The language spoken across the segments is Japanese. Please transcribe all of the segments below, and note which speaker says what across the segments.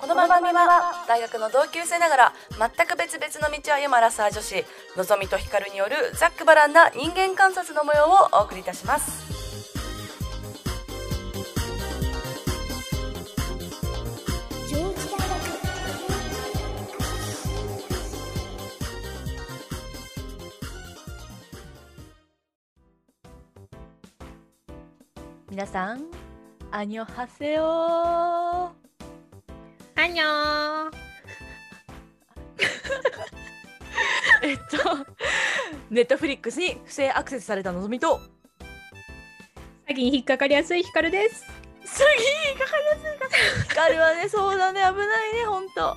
Speaker 1: この番組は大学の同級生ながら全く別々の道を歩むアラサー女子のぞみとひかるによるざっくばらんな人間観察の模様をお送りいたします
Speaker 2: 上智大学
Speaker 1: 皆さんアニョハセオ
Speaker 3: アンニョー
Speaker 1: えっと ネットフリックスに不正アクセスされたのぞみと
Speaker 3: 詐欺に引っかかりやすいヒカルです
Speaker 1: 詐欺かかりやすいかひかるはねそうだね危ないねほんと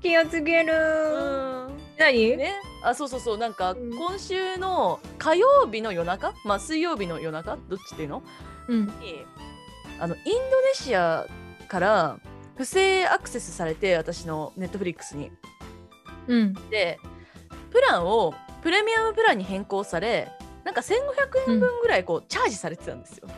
Speaker 3: 気をつける
Speaker 1: うん
Speaker 3: 何、
Speaker 1: ね、あそうそうそうなんか
Speaker 3: うん
Speaker 1: 今週の火曜日の夜中、まあ、水曜日の夜中どっちっていうの
Speaker 3: うん
Speaker 1: にあのインドネシアから不正アクセスされて私のネットフリックスに
Speaker 3: うん
Speaker 1: でプランをプレミアムプランに変更されなんか1500円分ぐらいこう、チャージされてたんですよ。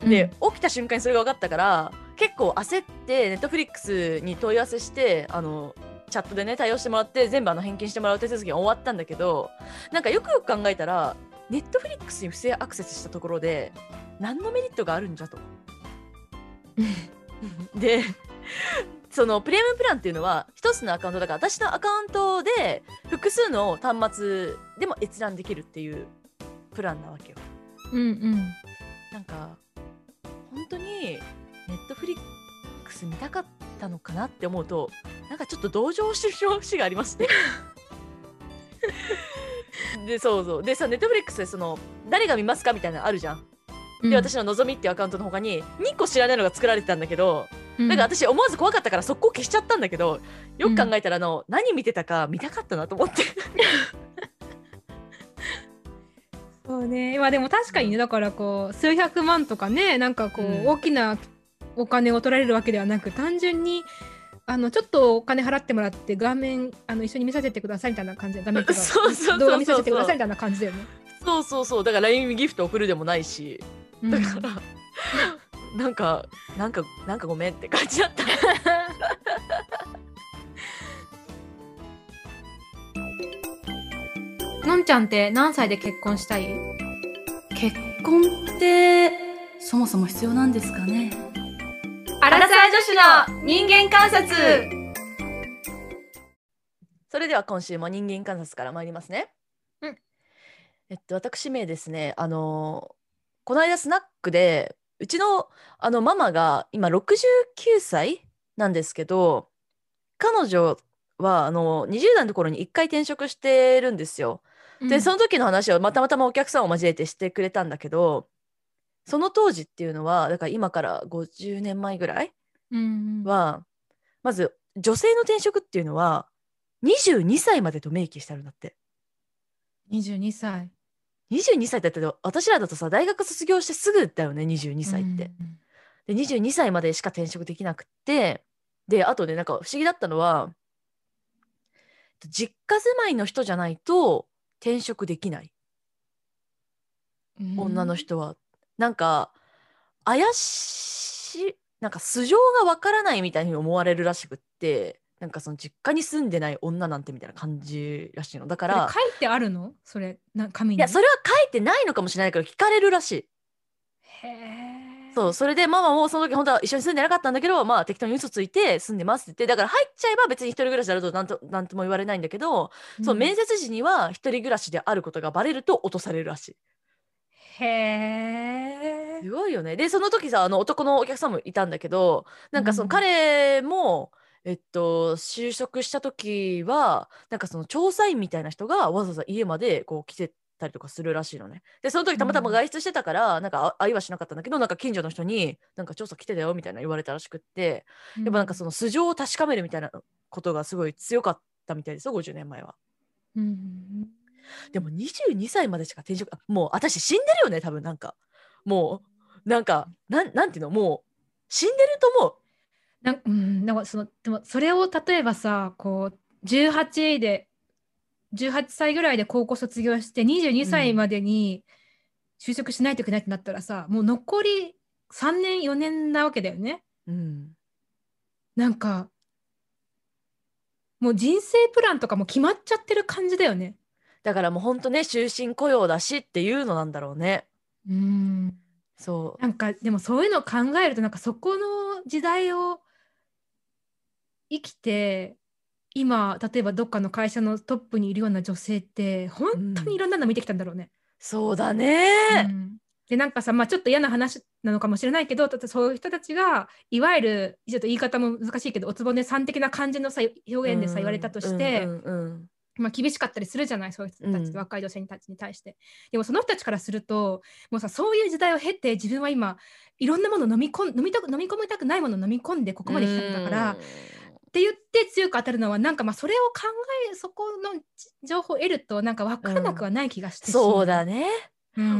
Speaker 1: で、起きた瞬間にそれが分かったから結構焦ってネットフリックスに問い合わせしてあのチャットでね対応してもらって全部あの返金してもらう手続きが終わったんだけどなんかよくよく考えたらネットフリックスに不正アクセスしたところで何のメリットがあるんじゃと。でそのプレミアムプランっていうのは一つのアカウントだから私のアカウントで複数の端末でも閲覧できるっていうプランなわけよ。
Speaker 3: うんうん
Speaker 1: なんか本当にネットフリックス見たかったのかなって思うとなんかちょっと同情してる節がありまして でそうそうでさネットフリックスでその誰が見ますかみたいなのあるじゃん
Speaker 3: うん
Speaker 1: で私ののぞみっていうアカウントの他に2個知らないのが作られてたんだけど、
Speaker 3: うん
Speaker 1: なんか私思わず怖かったから速攻消しちゃったんだけどよく考えたらあの、何見てたか見たかったなと思って
Speaker 3: そうねまあでも確かにねだからこう数百万とかねなんかこう、
Speaker 1: うん
Speaker 3: 大きなお金を取られるわけではなく単純にあのちょっとお金払ってもらって画面あの一緒に見させてくださいみたいな感じで画面っていか
Speaker 1: そうそうそうそう
Speaker 3: 動画見させてくださいみたいな感じだよね。
Speaker 1: そうそうそうだから LINE ギフト送るでもないし
Speaker 3: うん
Speaker 1: だから、なんか、なんか、なんかごめんって感じだった。
Speaker 3: のんちゃんって何歳で結婚したい
Speaker 4: 結婚ってそもそも必要なんですかね
Speaker 3: アラサ
Speaker 4: ー女子の人間観察
Speaker 1: それでは今週も人間観察から参りますね。
Speaker 3: うん
Speaker 1: えっと、私めですね、あのーこの間スナックで、うちの、あの、ママが今69歳なんですけど、彼女は、あの、20代の頃に1回転職してるんですよ。でその時の話をまたまたまお客さんを交えてしてくれたんだけどその当時っていうのはだから今から50年前ぐらい
Speaker 3: うんうん
Speaker 1: はまず女性の転職っていうのは22歳までと明記してあるんだって
Speaker 3: 22歳
Speaker 1: 22歳だって私らだとさ大学卒業してすぐだよね22歳って、で22歳までしか転職できなくってであとねなんか不思議だったのは実家住まいの人じゃないと転職できない
Speaker 3: うん
Speaker 1: 女の人は、なんか怪しいなんか素性がわからないみたいに思われるらしくってなんかその実家に住んでない女なんてみたいな感じらしいのだか
Speaker 3: それ
Speaker 1: ら
Speaker 3: 書いてあるのそれな紙
Speaker 1: い
Speaker 3: に
Speaker 1: やそれは書いてないのかもしれないけど聞かれるらしい
Speaker 3: へえ
Speaker 1: そうそれでママもその時本当は一緒に住んでなかったんだけどまあ適当に嘘ついて住んでますって言ってだから入っちゃえば別に一人暮らしだとなんとなんとも言われないんだけど、そう面接時には一人暮らしであることがバレると落とされるらしい
Speaker 3: へえ
Speaker 1: すごいよね。でその時さあの男のお客さんもいたんだけどなんかその
Speaker 3: うん
Speaker 1: 彼も、えっと就職した時はなんかその調査員みたいな人がわざわざ家までこう来てたりとかするらしいのね。でその時たまたま外出してたから、なんかあ会いはしなかったんだけどなんか近所の人に「なんか調査来てたよ」みたいな言われたらしくってやっぱなんかその素性を確かめるみたいなことがすごい強かったみたいですよ50年前は。
Speaker 3: うんうん
Speaker 1: でも22歳までしか転職あもう私死んでるよね多分なんかもうなんかなんなんていうのもう死んでると思う
Speaker 3: なんうんなんかそのでもそれを例えばさこう18で18歳ぐらいで高校卒業して22歳までに就職しないといけないってなったらさ、もう残り3年4年なわけだよね。
Speaker 1: うん
Speaker 3: なんかもう人生プランとかも決まっちゃってる感じだよね。
Speaker 1: だからもうほんとね終身雇用だしっていうのなんだろうね
Speaker 3: うん
Speaker 1: そ
Speaker 3: なんかでもそういうのを考えるとなんかそこの時代を生きて今例えばどっかの会社のトップにいるような女性って本当にいろんなの見てきたんだろうね。
Speaker 1: うそうだね、
Speaker 3: うんでなんかさ、まあ、ちょっと嫌な話なのかもしれないけどただそういう人たちがいわゆるちょっと言い方も難しいけどおつぼねさん的な感じのさ表現でさ言われたとして、
Speaker 1: うんうんうん
Speaker 3: まあ、厳しかったりするじゃないそういう人たち、
Speaker 1: うん
Speaker 3: 若い女性たちに対してでもその人たちからするともうさそういう時代を経て自分は今いろんなもの飲み込ん飲みたく飲み込みたくないものを飲み込んでここまで来たんだから、
Speaker 1: う
Speaker 3: っ
Speaker 1: ん
Speaker 3: て言って強く当たるのはなんかまあそれを考えそこの情報を得るとなんか分からなくはない気がしてしま
Speaker 1: そうだね、
Speaker 3: うん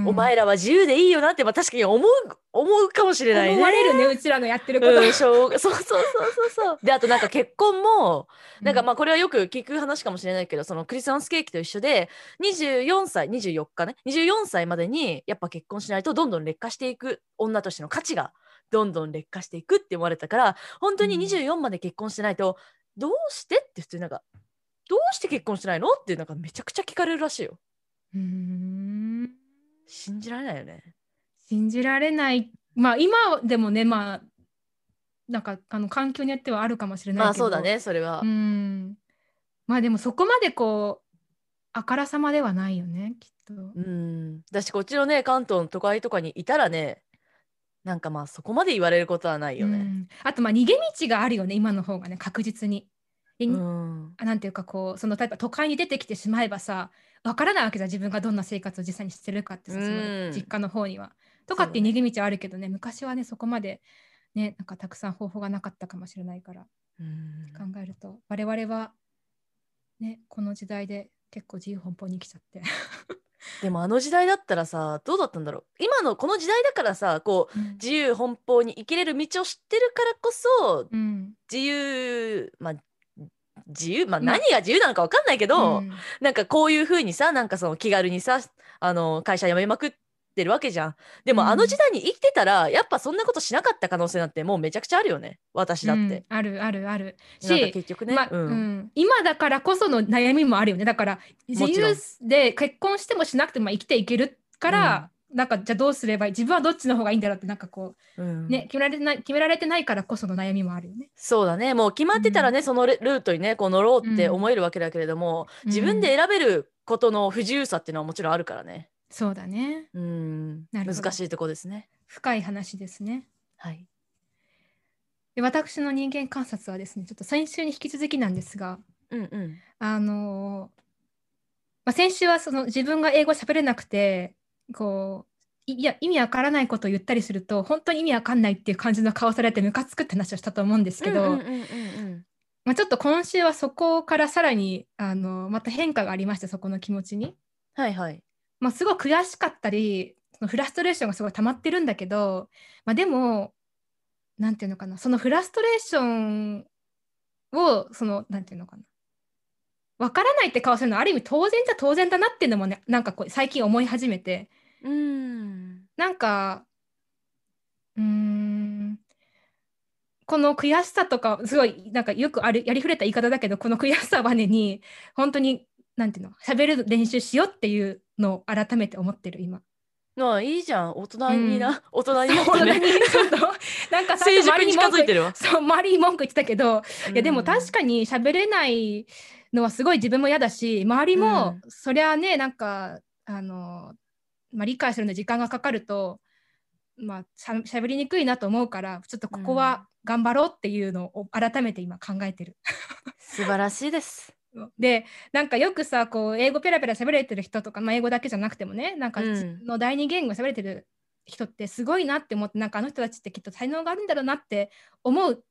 Speaker 1: お前らは自由でいいよなってまあ確かに思う思うかもしれないね
Speaker 3: 思われるねうちらのやってること、
Speaker 1: うん、しょうがそうそうそうそうそう。であとなんか結婚もなんかまあこれはよく聞く話かもしれないけどそのクリスマスケーキと一緒で24歳24日ね24歳までにやっぱ結婚しないとどんどん劣化していく女としての価値がどんどん劣化していくって言われたから本当に
Speaker 3: うん
Speaker 1: 24まで結婚してないとどうしてって普通になんかどうして結婚してないのってなんかめちゃくちゃ聞かれるらしいよ。
Speaker 3: うーん
Speaker 1: 信じられないよね。
Speaker 3: 信じられないまあ今でもねまあなんかあの環境によってはあるかもしれないけど
Speaker 1: まあそうだねそれは。
Speaker 3: うんまあでもそこまでこうあからさまではないよねきっと。
Speaker 1: うん、だしこっちのね関東の都会とかにいたらねなんかまあそこまで言われることはないよ
Speaker 3: う
Speaker 1: ね。
Speaker 3: んあとまあ逃げ道があるよね今の方がね確実に。で
Speaker 1: うん、
Speaker 3: あなんていうかこうその例えば都会に出てきてしまえばさわからないわけじゃん自分がどんな生活を実際にしてるかってさそ
Speaker 1: うん
Speaker 3: の実家の方には。とかっていう逃げ道はあるけどね昔はねそこまでねなんかたくさん方法がなかったかもしれないから
Speaker 1: うん
Speaker 3: 考えると我々はねこの時代で結構自由奔放に生きちゃって。
Speaker 1: でもあの時代だったらさどうだったんだろう今のこの時代だからさこう自由奔放に生きれる道を知ってるからこそ
Speaker 3: うん
Speaker 1: 自由まあ自由まあ
Speaker 3: まあ
Speaker 1: 何が自由なのか分かんないけど、
Speaker 3: うん
Speaker 1: なんかこういうふうにさなんかその気軽にさあの会社辞めまくってるわけじゃんで
Speaker 3: う
Speaker 1: も
Speaker 3: ん
Speaker 1: あの時代に生きてたら、やっぱそんなことしなかった可能性なんてもうめちゃくちゃあるよね私だって、
Speaker 3: うんあるあるある
Speaker 1: なんか
Speaker 3: し、
Speaker 1: 結局ね、
Speaker 3: ま
Speaker 1: う
Speaker 3: うんん今だからこその悩みもあるよねだから
Speaker 1: ちろ
Speaker 3: 自
Speaker 1: ん
Speaker 3: 由で結婚してもしなくても生きていけるから、なんかじゃあどうすればいい自分はどっちの方がいいんだろうってなんかこ
Speaker 1: うん
Speaker 3: うね、決められてない決められてないからこその悩みもあるよね。
Speaker 1: そうだねもう決まってたらね、そのルルートにねこう乗ろうって
Speaker 3: うん
Speaker 1: 思えるわけだけれども、自分で選べることの不自由さっていうのはもちろんあるからね
Speaker 3: そうだね
Speaker 1: うん
Speaker 3: なるほど
Speaker 1: 難しいとこですね
Speaker 3: 深い話ですね。
Speaker 1: はい
Speaker 3: で私の人間観察はですねちょっと先週に引き続きなんですが
Speaker 1: うんうん
Speaker 3: あのーまあ、先週はその自分が英語喋れなくてこういいや意味わからないことを言ったりすると本当に意味わかんないっていう感じの顔されてムカつくって話をしたと思うんですけど、
Speaker 1: うんうんうんうん
Speaker 3: まあ、ちょっと今週はそこからさらにあのまた変化がありましてそこの気持ちに。
Speaker 1: はいはい
Speaker 3: まあ、すごい悔しかったりそのフラストレーションがすごい溜まってるんだけど、まあ、でもなんていうのかなそのフラストレーションをそのなんていうのかな分からないって顔するのはある意味当然じゃ当然だなっていうのもねなんかこう最近思い始めて
Speaker 1: うん
Speaker 3: なんかうーんこの悔しさとかすごいなんかよくあるやりふれた言い方だけどこの悔しさをバネに本当になんていうの喋る練習しようっていうのを改めて思ってる今。
Speaker 1: まあいいじゃん大人にな、 大 人になっ
Speaker 3: 本当
Speaker 1: て
Speaker 3: に
Speaker 1: ね
Speaker 3: ちょっとなんか最
Speaker 1: 成
Speaker 3: 初
Speaker 1: 熟
Speaker 3: 周り
Speaker 1: に
Speaker 3: に
Speaker 1: 近
Speaker 3: 文句
Speaker 1: づいてるわ
Speaker 3: そう周りに文句言ってたけど、いや でも確
Speaker 1: か
Speaker 3: かに喋れないのはすごい自分も嫌だし周りも、そりゃねなんかあの、まあ、理解するのに時間がかかると、まあ、しゃ喋りにくいなと思うからちょっとここは頑張ろうっていうのを改めて今考えてる。
Speaker 1: 素晴らしいです
Speaker 3: でなんかよくさこう英語ペラペラ喋れてる人とか、まあ、英語だけじゃなくてもねなんか
Speaker 1: うん
Speaker 3: 自分の第二言語喋れてる人ってすごいなって思ってなんかあの人たちってきっと才能があるんだろうなって思う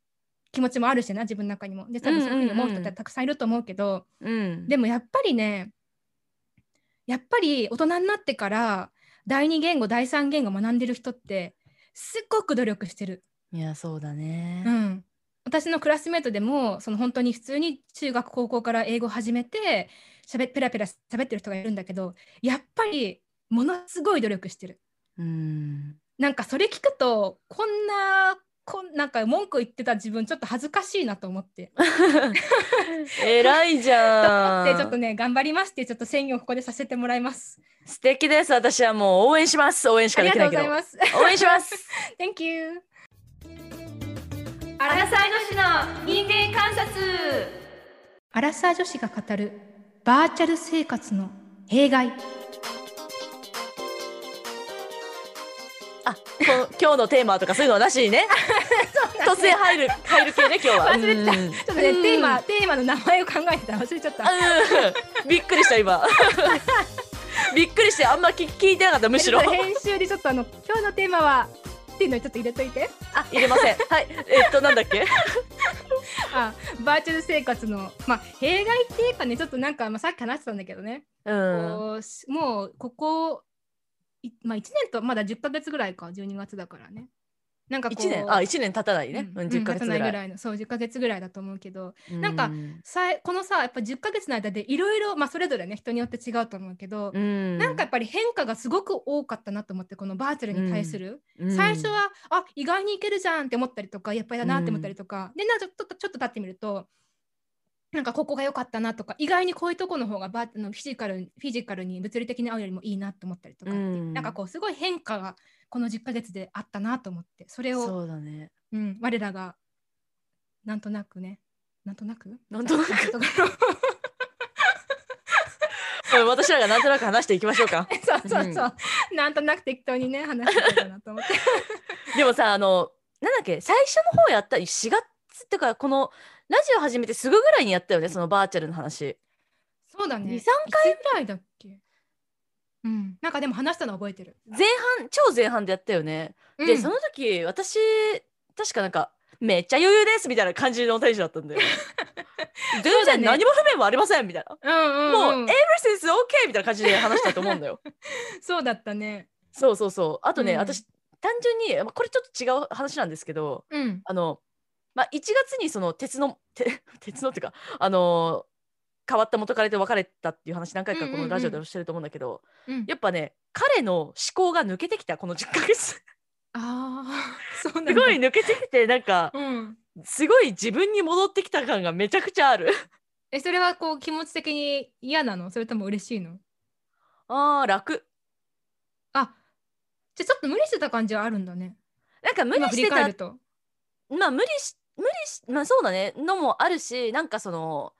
Speaker 3: 気持ちもあるしな自分の中にも。で多分そういうふうに思う人ってたくさんいると思うけど、
Speaker 1: うん
Speaker 3: でもやっぱりねやっぱり大人になってから第二言語第三言語学んでる人ってすっごく努力してる。
Speaker 1: いやそうだね
Speaker 3: うん、私のクラスメートでもその本当に普通に中学高校から英語始めてしゃべペラペラ喋ってる人がいるんだけどやっぱりものすごい努力してる
Speaker 1: うん
Speaker 3: なんかそれ聞くとこんなこんなんか文句言ってた自分ちょっと恥ずかしいなと思って
Speaker 1: 偉いじゃん。
Speaker 3: でちょっとね頑張りますってちょっと宣言をここでさせてもらいます
Speaker 1: 素敵です。私はもう応援します。応援しか
Speaker 3: あり
Speaker 1: で
Speaker 3: が
Speaker 1: き
Speaker 3: と
Speaker 1: な
Speaker 3: う
Speaker 1: い
Speaker 3: ご
Speaker 1: け
Speaker 3: ざ
Speaker 1: ど
Speaker 3: い。ます
Speaker 1: 応援します。
Speaker 3: Thank you
Speaker 5: アラサー女子の人間観察
Speaker 3: アラサー女子が語るバーチャル生活の弊害
Speaker 1: あ、この今日のテーマとかそういうのはなしに ね。突然入る入る系ね今日は。
Speaker 3: 忘れてた
Speaker 1: うん
Speaker 3: ちょっとね
Speaker 1: うん
Speaker 3: テーマテーマの名前を考えてた忘れちゃった
Speaker 1: うんびっくりした 今。びっくりしてあんま聞聞いてなかったむしろ。
Speaker 3: 編集でちょっとあの今日のテーマはっていうのにちょっと入れといて
Speaker 1: あ入れません。はい。えっとなんだっけ。
Speaker 3: あバーチャル生活のまあ弊害っていうかねちょっとなんか、まあ、さっき話してたんだけどね、
Speaker 1: うん。
Speaker 3: こうしもうここ、いまあ、1年とまだ10ヶ月ぐらいか12月だからねなんかこう
Speaker 1: 一年あ一年経たないね。
Speaker 3: う
Speaker 1: うんん十ヶ
Speaker 3: う
Speaker 1: 月ぐ
Speaker 3: ん経たない
Speaker 1: ら
Speaker 3: ぐ
Speaker 1: い。
Speaker 3: らいのそう10ヶ月ぐらいだと思うけどなん
Speaker 1: う
Speaker 3: かさいこのさやっぱ10ヶ月の間でいろいろまあそれぞれね人によって違うと思うけど、
Speaker 1: うん
Speaker 3: なんかやっぱり変化がすごく多かったなと思ってこのバーチャルに対する、
Speaker 1: うん
Speaker 3: 最初はあ意外にいけるじゃんって思ったりとかやっぱりだなって思ったりとか、でなんかちょっとちょっと経ってみるとなんかここが良かったなとか意外にこういうとこの方がバあのフィジカルフィジカルに物理的に合うよりもいいなって思ったりとかって、
Speaker 1: うん
Speaker 3: なんかこうすごい変化がこの10ヶ月であったなと思ってそれを
Speaker 1: そうだね。
Speaker 3: う、ん、我らがなんとなくねなんとなく
Speaker 1: なんとなく
Speaker 3: とかの
Speaker 1: うん私らがなんとなく話していきましょうか。
Speaker 3: そうそうそう、なんとなく適当にね話してたかなと 思って。
Speaker 1: でもさあのなんだっけ最初の方やった4月ってかこのラジオ始めてすぐぐらいにやったよねそのバーチャルの話
Speaker 3: そうだね。
Speaker 1: 二三
Speaker 3: 回ぐらいだっけ。うん。なんかでも話したの覚えてる。
Speaker 1: 前半超前半でやったよね、
Speaker 3: う
Speaker 1: で
Speaker 3: ん
Speaker 1: その時私確かなんかめっちゃ余裕ですみたいな感じのテンションだった んだよ全
Speaker 3: だ
Speaker 1: 然
Speaker 3: ね
Speaker 1: 何も不便もありませんみたいな、
Speaker 3: うんうん、うん、
Speaker 1: もう Everything is OK みたいな感じで話したと思うんだよ
Speaker 3: そうだったね。
Speaker 1: そうそうそうあとね、
Speaker 3: うん
Speaker 1: 私単純にまあこれちょっと違う話なんですけど、
Speaker 3: うん。
Speaker 1: あの、まあ、1月にその鉄のて 鉄のっていうか、あのー変わった元彼と別れたっていう話何回かこ
Speaker 3: うんうんう
Speaker 1: の
Speaker 3: ん
Speaker 1: ラジオでもしてると思うんだけど、
Speaker 3: うん、
Speaker 1: やっぱね彼の思考が抜けてきたこの10ヶ月 す
Speaker 3: ああ、 そうなんだ。
Speaker 1: ごい。抜けてきてなんか
Speaker 3: うん。
Speaker 1: すごい自分に戻ってきた感がめちゃくちゃある
Speaker 3: え、それはこう気持ち的に嫌なの、それとも嬉しいの。
Speaker 1: あー楽
Speaker 3: あ。じゃ、ちょっと無理してた感じはあるんだね。
Speaker 1: なんか無理
Speaker 3: 今振
Speaker 1: して
Speaker 3: り
Speaker 1: た
Speaker 3: 返ると。
Speaker 1: まあ無理し無理しまあそうだねのもあるしなんかその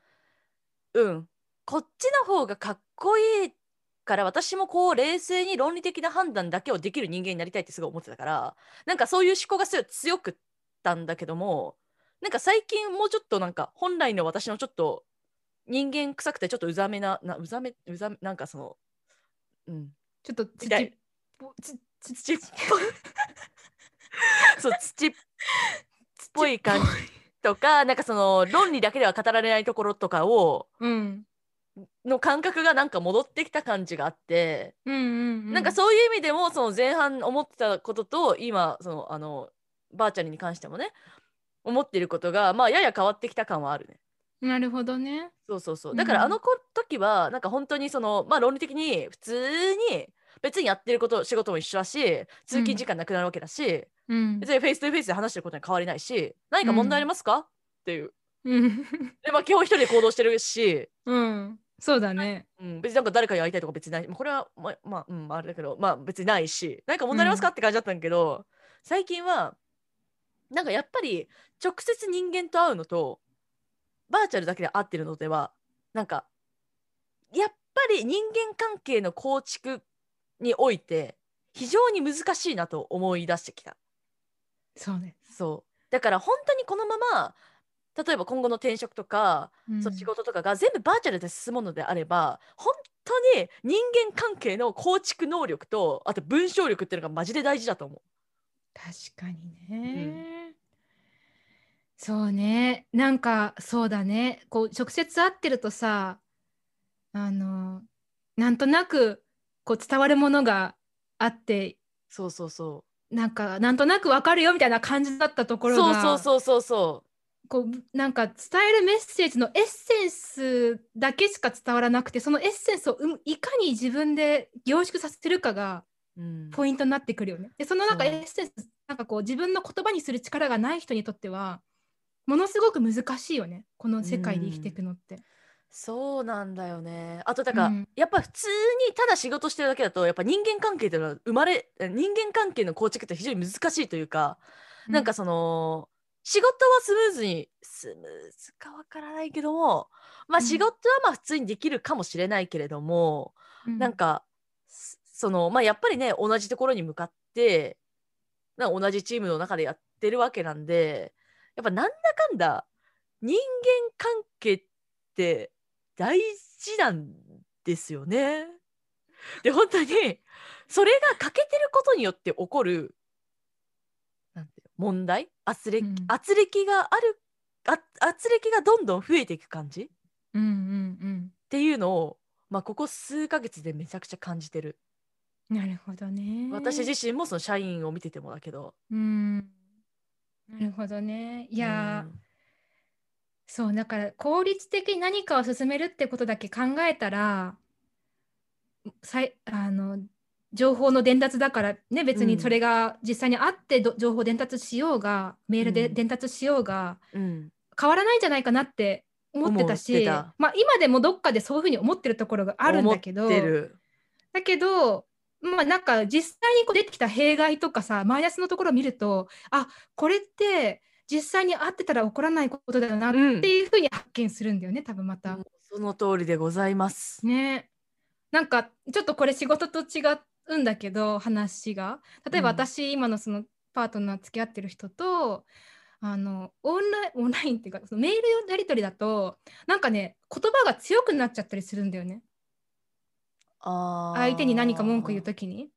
Speaker 1: うんこっちの方がかっこいいから私もこう冷静に論理的な判断だけをできる人間になりたいってすごい思ってたからなんかそういう思考がすごい強くったんだけどもなんか最近もうちょっとなんか本来の私のちょっと人間臭くてちょっとうざめななうざめうざめなんかそのうん
Speaker 3: ちょっと
Speaker 1: み
Speaker 3: 土
Speaker 1: た
Speaker 3: っ
Speaker 1: い
Speaker 3: ぽ。つ
Speaker 1: 土っぽい そう土っぽい感じとかなんかその論理だけでは語られないところとかを
Speaker 3: うん。
Speaker 1: の感覚がなんか戻ってきた感じがあって、
Speaker 3: うんうん、うん。
Speaker 1: なんかそういう意味でもその前半思ってたことと今そのあのバーチャルに関してもね思ってることがまあやや変わってきた感はあるね。
Speaker 3: なるほどね。
Speaker 1: そうそうそうだからあのこ時はなんか本当にそのまあ論理的に普通に別にやってること仕事も一緒だし通勤時間なくなるわけだし、
Speaker 3: うん。
Speaker 1: 別にフェイスとフェイスで話してることに変わりないし何か問題ありますか、っていう
Speaker 3: うん。
Speaker 1: で、まあ、基本一人で行動してるし、
Speaker 3: うん。そうだね。
Speaker 1: うん、別になんか誰かに会いたいとか別にないまあこれはまあ、まあ、うん、あれだけどまあ別にないし何か問題ありますか、って感じだったんだけど最近はなんかやっぱり直接人間と会うのとバーチャルだけで会ってるのではなんかやっぱり人間関係の構築において非常に難しいなと思い出してきた。
Speaker 3: そうね。
Speaker 1: そうだから本当にこのまま例えば今後の転職とか、
Speaker 3: うん
Speaker 1: その仕事とかが全部バーチャルで進むのであれば本当に人間関係の構築能力とあと文章力っていうのがマジで大事だと思
Speaker 3: 確かにね、そうねなんかそうだねこう直接会ってるとさあのなんとなくこう伝わるものがあって
Speaker 1: うそうそうそ
Speaker 3: なんかなんとなくわかるよみたいな感じだったとこ
Speaker 1: う
Speaker 3: ろ
Speaker 1: そう
Speaker 3: が
Speaker 1: そうそうそうそ
Speaker 3: こうなんか伝えるメッセージのエッセンスだけしか伝わらなくてそのエッセンスをういかに自分で凝縮させるかが
Speaker 1: うん
Speaker 3: ポイントになってくるよね。でそのなんか
Speaker 1: そ
Speaker 3: エ
Speaker 1: う
Speaker 3: ッセンスなんかこう自分の言葉にする力がない人にとってはものすごく難しいよねこの世界で生きていくのって。
Speaker 1: そうなんだよね。あとだから、
Speaker 3: うん
Speaker 1: やっぱ普通にただ仕事してるだけだとやっぱ人間関係というのは生まれえ人間関係の構築って非常に難しいというか、なんかその仕事はスムーズにスムーズかわからないけどもまあ
Speaker 3: うん
Speaker 1: 仕事はまあ普通にできるかもしれないけれども、
Speaker 3: うん
Speaker 1: なんかすそのまあやっぱりね同じところに向かってなんか同じチームの中でやってるわけなんでやっぱなんだかんだ人間関係って大事なんですよね。で本当にそれが欠けてることによって起こるなんていう問題圧力,、
Speaker 3: うん
Speaker 1: 圧力があるあ圧力がどんどん増えていく感じ
Speaker 3: うんうん
Speaker 1: っていうのを、まあ、ここ数ヶ月でめちゃくちゃ感じてる、
Speaker 3: うんなるほどね。
Speaker 1: 私自身もその社員を見ててもだけど
Speaker 3: うんなるほどね。いやー、そうだから効率的に何かを進めるってことだけ考えたらさいあの情報の伝達だからね別
Speaker 1: うん
Speaker 3: にそれが実際にあってど情報伝達しようがメールで
Speaker 1: うん
Speaker 3: 伝達しようが
Speaker 1: うん、うん
Speaker 3: 変わらないんじゃないかなって思ってた
Speaker 1: 思っ
Speaker 3: して
Speaker 1: た
Speaker 3: まあ、今でもどっかでそういうふうに思ってるところがあるんだけど
Speaker 1: 思ってる
Speaker 3: だけどまあなんか実際にこう出てきた弊害とかさマイナスのところを見るとあこれって実際に会ってたら起こらないことだよなっ
Speaker 1: うん
Speaker 3: っていうふうに発見するんだよね多分また。
Speaker 1: もうその通りでございます、
Speaker 3: ねなんかちょっとこれ仕事と違うんだけど話が例えば
Speaker 1: うん
Speaker 3: 私、今のそのパートナー付き合ってる人とあのオンラインオンラインっていうかそのメールのやり取りだとなんかね言葉が強くなっちゃったりするんだよね
Speaker 1: あー
Speaker 3: 相手に何か文句言う 時に。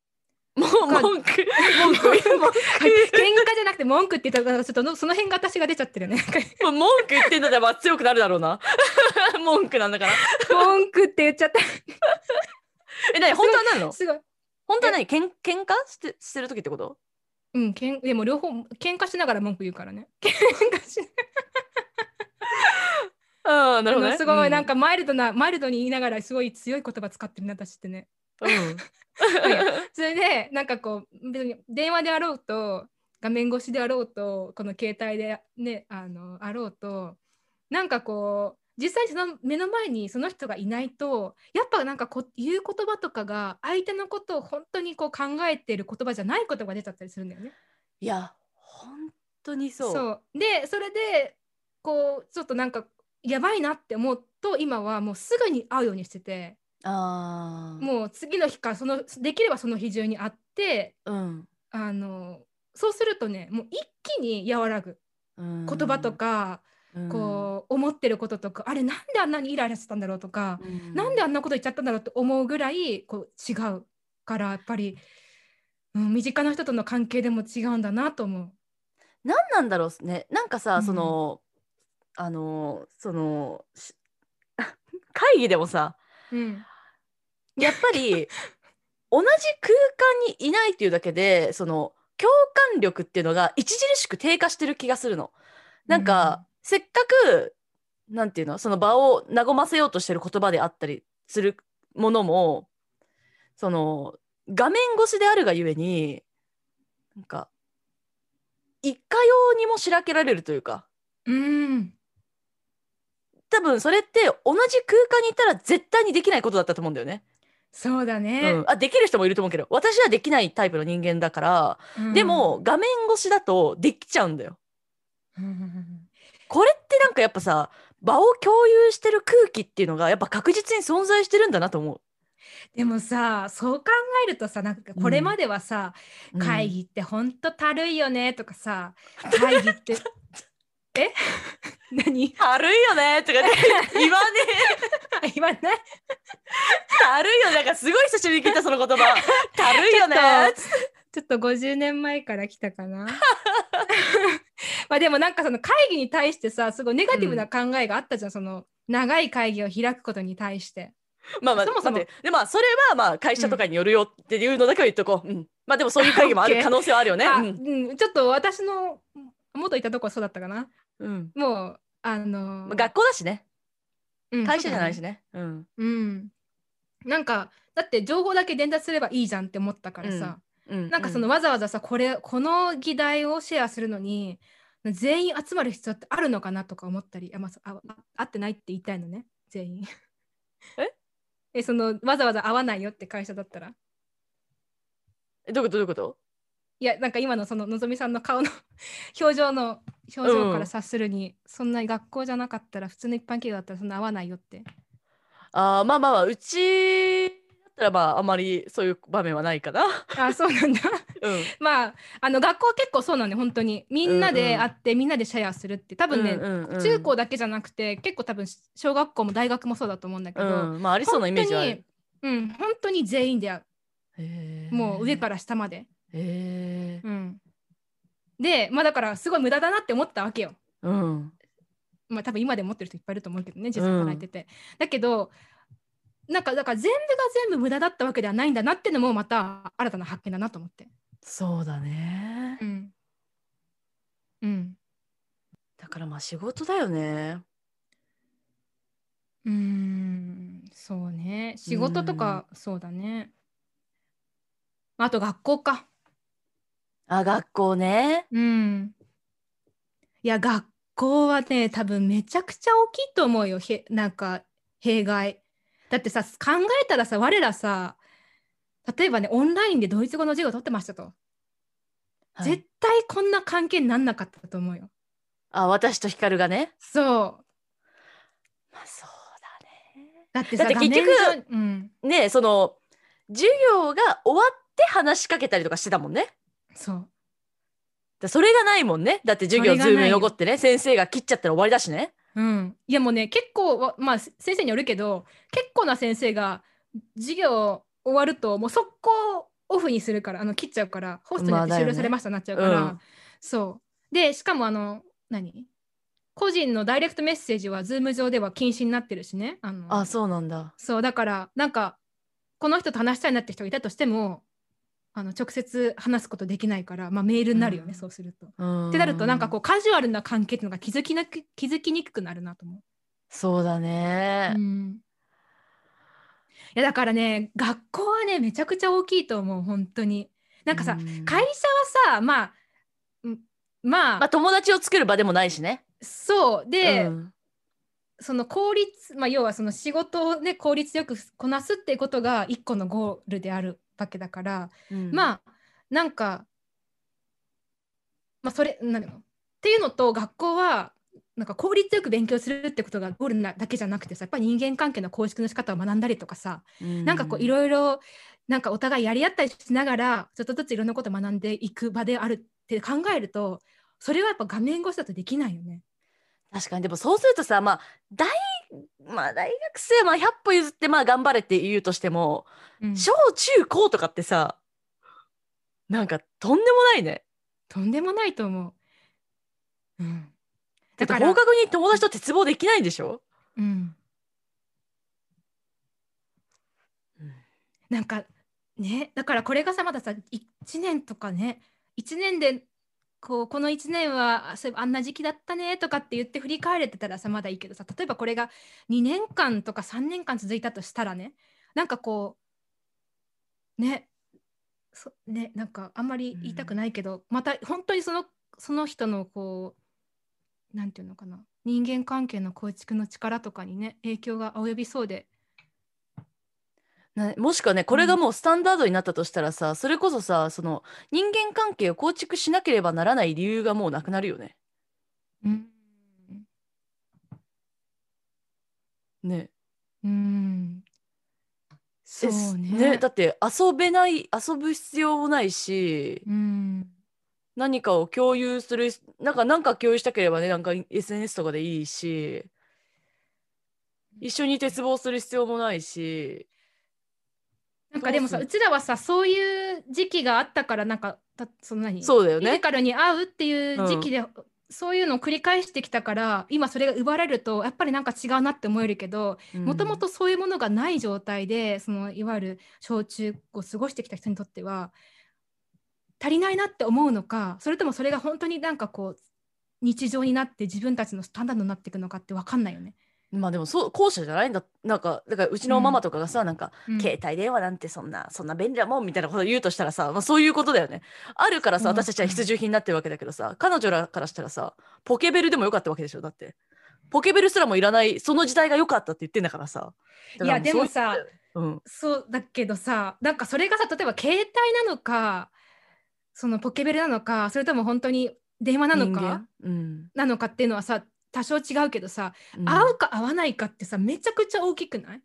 Speaker 1: もう文句文句文句
Speaker 3: 喧嘩じゃなくて文句って言ったらちょっとのその辺が私が出ちゃってる ね。なんか
Speaker 1: もう文句言ってんだったらまあ強くなるだろうな 文句なんだから
Speaker 3: 文句って言っちゃった。
Speaker 1: え何本当は何なの
Speaker 3: すごい。
Speaker 1: 本当は何けん喧嘩してしてる時ってこと
Speaker 3: うん、けんでも両方喧嘩しながら文句言うからね。喧嘩し
Speaker 1: ああなるほど
Speaker 3: あ
Speaker 1: ね
Speaker 3: のすご
Speaker 1: う
Speaker 3: いなんかマイルドな、マイルドに言いながらすごい強い言葉使ってるな私っ てね。
Speaker 1: うん
Speaker 3: いやそれでなんかこう別に電話であろうと画面越しであろうとこの携帯でねあのあろうとなんかこう実際にその目の前にその人がいないとやっぱなんかこう言う言葉とかが相手のことを本当にこう考えてる言葉じゃないことが出ちゃったりするんだよね。
Speaker 1: いや本当にそう
Speaker 3: でそれでこうちょっとなんかやばいなって思うと今はもうすぐに会うようにしてて
Speaker 1: ああ
Speaker 3: もう次の日かそのできればその日中に会って
Speaker 1: うん
Speaker 3: あのそうするとねもう一気に和らぐ
Speaker 1: 言
Speaker 3: 言葉とか、こう思ってることとかあれなんであんなにイライラしてたんだろうとか、
Speaker 1: う、
Speaker 3: なんであんなこと言っちゃったんだろうって思うぐらいこう違うからやっぱり、うん、身近な人との関係でも違うんだなと思う。
Speaker 1: 何なんだろうねなんかさ、
Speaker 3: うん
Speaker 1: そのあのそのし 会議でもさ
Speaker 3: うん
Speaker 1: やっぱり同じ空間にいないっていうだけでその共感力っていうのが著しく低下してる気がするの。なんか、せっかくなんていうのその場を和ませようとしてる言葉であったりするものもその画面越しであるがゆえになんか一かようにもしらけられるというか
Speaker 3: うん
Speaker 1: 多分それって同じ空間にいたら絶対にできないことだったと思うんだよね。
Speaker 3: そうだ
Speaker 1: う
Speaker 3: ね
Speaker 1: ん、、あできる人もいると思うけど私はできないタイプの人間だから、
Speaker 3: うん
Speaker 1: でも、画面越しだとできちゃうんだよ。
Speaker 3: うん
Speaker 1: これってなんかやっぱさ場を共有してる空気っていうのがやっぱ確実に存在してるんだなと思
Speaker 3: でもさそう考えるとさなんかこれまではさ、
Speaker 1: う。
Speaker 3: 会議ってほんとたるいよねとかさ、会議って え何
Speaker 1: 軽いよねとか ね言わね
Speaker 3: 言わない
Speaker 1: え軽いよねなんかすごい久しぶりに聞いたその言葉 軽いよね
Speaker 3: ちょっと50年前から来たかな まあでもなんかその会議に対してさすごいネガティブな考えがあったじゃん、その長い会議を開くことに対して
Speaker 1: まあまあ
Speaker 3: そもそも
Speaker 1: 待ってでまあそれはまあ会社とかによるよっていうのだけは言っとこう、うんまあでもそういう会議もあ
Speaker 3: オッ
Speaker 1: る
Speaker 3: ケー
Speaker 1: 可能性はあるよね
Speaker 3: あ
Speaker 1: う、
Speaker 3: うんん、ちょっと私の元いたとこはそうだったかな
Speaker 1: うん
Speaker 3: もうあの
Speaker 1: まあ、学校だしね
Speaker 3: うん
Speaker 1: 会社じゃない
Speaker 3: そうだね
Speaker 1: しねうん
Speaker 3: うん、なんかだって情報だけ伝達すればいいじゃんって思ったからさ、
Speaker 1: うん
Speaker 3: なんかそのわざわざさこれこの議題をシェアするのに全員集まる必要ってあるのかなとか思ったりあ、まあそう、ああ合ってないって言いたいのね全員
Speaker 1: え
Speaker 3: えそのわざわざ会わないよって会社だったら
Speaker 1: えどういうことどういうこと
Speaker 3: いやなんか今のそののぞみさんの顔の 表情の表情から察するに、そんな学校じゃなかったら普通の一般企業だったらそんな会わないよって
Speaker 1: あーまあまあまあうちだったらまああまりそういう場面はないかな。
Speaker 3: あ そうなんだ
Speaker 1: うん
Speaker 3: まああの学校は結構そうなんで本当にみんなで会って、みんなでシェアするって多分ね、
Speaker 1: うんうんうん
Speaker 3: 中高だけじゃなくて結構多分小学校も大学もそうだと思うんだけど、
Speaker 1: うん、まあありそうなイメージはある。。
Speaker 3: 本当にうん本当に全員で会うもう上からら下まで、
Speaker 1: へえ。
Speaker 3: うんでまあだからすごい無駄だなって思ったわけよ
Speaker 1: うん。
Speaker 3: まあ多分今でも持ってる人いっぱいいると思うけどね実際働いてて、だけどなんかだから全部が全部無駄だったわけではないんだなってのもまた新たな発見だなと思って
Speaker 1: そうだね
Speaker 3: う。ん、うん、
Speaker 1: だからまあ仕事だよね。
Speaker 3: うーんそうね仕事とかそうだねあと学校か
Speaker 1: あ学校ね。
Speaker 3: うんいや学校はね多分めちゃくちゃ大きいと思うよへなんか弊害だってさ考えたらさ我らさ例えばねオンラインでドイツ語の授業取ってましたと、
Speaker 1: はい
Speaker 3: 絶対こんな関係になんなかったと思うよ
Speaker 1: あ私と光がね。
Speaker 3: そう
Speaker 1: まあそうだね。
Speaker 3: だってさ
Speaker 1: だって結局
Speaker 3: 画面上うん
Speaker 1: ねえその授業が終わって話しかけたりとかしてたもんね。
Speaker 3: そう
Speaker 1: だそれがないもんね。だって授業
Speaker 3: それが
Speaker 1: ズー
Speaker 3: ない
Speaker 1: ムに残ってね先生が切っちゃったら終わりだしね。
Speaker 3: うん、いやもうね結構わまあせ先生によるけど結構な先生が授業終わるともう速攻オフにするからあの切っちゃうからホストになって
Speaker 1: まあだ
Speaker 3: 終
Speaker 1: よね
Speaker 3: 了されましたになっちゃうから、
Speaker 1: うん
Speaker 3: そうでしかもあの何個人のダイレクトメッセージは Zoom 上では禁止になってるしねあの
Speaker 1: あそうなんだ。
Speaker 3: そうだからなんかこの人と話したいなって人がいたとしてもあの直接話すことできないから、まあ、メールになるよね、
Speaker 1: うん
Speaker 3: そうすると。
Speaker 1: っ
Speaker 3: ってなるとなんかこうカジュアルな関係っていうのが気づきなく気づきにくくなるなと思う。
Speaker 1: そうだね
Speaker 3: う。んいやだからね学校はねめちゃくちゃ大きいと思う本当になんかさ、
Speaker 1: う
Speaker 3: 会社はさまあうんまあ、
Speaker 1: まあ友達を作る場でもないしね。
Speaker 3: そうで、
Speaker 1: うん
Speaker 3: その効率、まあ、要はその仕事をね効率よくこなすっていうことが一個のゴールであるわけだから、まあなんかまあそれなんていうのっていうのと学校はなんか効率よく勉強するってことがゴールなだけじゃなくてさやっぱり人間関係の構築の仕方を学んだりとかさ、
Speaker 1: う
Speaker 3: なんかこういろいろなんかお互いやり合ったりしながらちょっとずついろんなことを学んでいく場であるって考えるとそれはやっぱ画面越しだとできないよね。
Speaker 1: 確かにでもそうするとさまあ大まあ大学生まあ100歩譲ってまあ頑張れって言うとしても、
Speaker 3: うん
Speaker 1: 小中高とかってさなんかとんでもないね。
Speaker 3: とんでもないと思う。うん、
Speaker 1: だ
Speaker 3: だ
Speaker 1: って
Speaker 3: から
Speaker 1: 放課後に友達と鉄棒できないんでしょ、
Speaker 3: うん、なんかねだからこれがさまださ1年とかね1年でこうこの1年はあそういえばあんな時期だったねとかって言って振り返れてたらさまだいいけどさ例えばこれが2年間とか3年間続いたとしたらねなんかこうねそねなんかあんまり言いたくないけど、また本当にそのその人のこうなんていうのかな人間関係の構築の力とかにね影響が及びそうで
Speaker 1: なもしくはねこれがもうスタンダードになったとしたらさ、それこそさその人間関係を構築しなければならない理由がもうなくなるよね。
Speaker 3: うん
Speaker 1: ね
Speaker 3: うんそ
Speaker 1: え
Speaker 3: うね
Speaker 1: だって遊べない遊ぶ必要もないし、
Speaker 3: うん
Speaker 1: 何かを共有するなんか何か共有したければねなんか SNS とかでいいし一緒に鉄棒する必要もないし
Speaker 3: なんかでもさ
Speaker 1: ど
Speaker 3: う
Speaker 1: う
Speaker 3: ちらはさそういう時期があったからなんかたその何
Speaker 1: そうだよ
Speaker 3: フィジ
Speaker 1: ね
Speaker 3: カルに会うっていう時期で、そういうのを繰り返してきたから今それが奪われるとやっぱりなんか違うなって思えるけどもともとそういうものがない状態でそのいわゆる小中を過ごしてきた人にとっては足りないなって思うのかそれともそれが本当になんかこう日常になって自分たちのスタンダードになっていくのかって分かんないよね。
Speaker 1: うんまあでもそう後者じゃないんだなんかだからうちのママとかがさ、なんか
Speaker 3: うん
Speaker 1: 携帯電話なんてそんなそんな便利なもんみたいなこと言うとしたらさ、まあ、そういうことだよねあるからさ
Speaker 3: そう
Speaker 1: 私たちは必需品になってるわけだけどさ彼女らからしたらさポケベルでもよかったわけでしょだってポケベルすらもいらないその時代が良かったって言ってんだからさだ
Speaker 3: い
Speaker 1: から
Speaker 3: やでもさ
Speaker 1: そういうことだよね
Speaker 3: そうだけどさなんかそれがさ例えば携帯なのかそのポケベルなのかそれとも本当に電話な
Speaker 1: うん、
Speaker 3: の
Speaker 1: 人
Speaker 3: か
Speaker 1: 間うん、
Speaker 3: なのかっていうのはさ多少違うけどさ、
Speaker 1: うん
Speaker 3: 合うか合わないかってさめちゃくちゃ大きくない、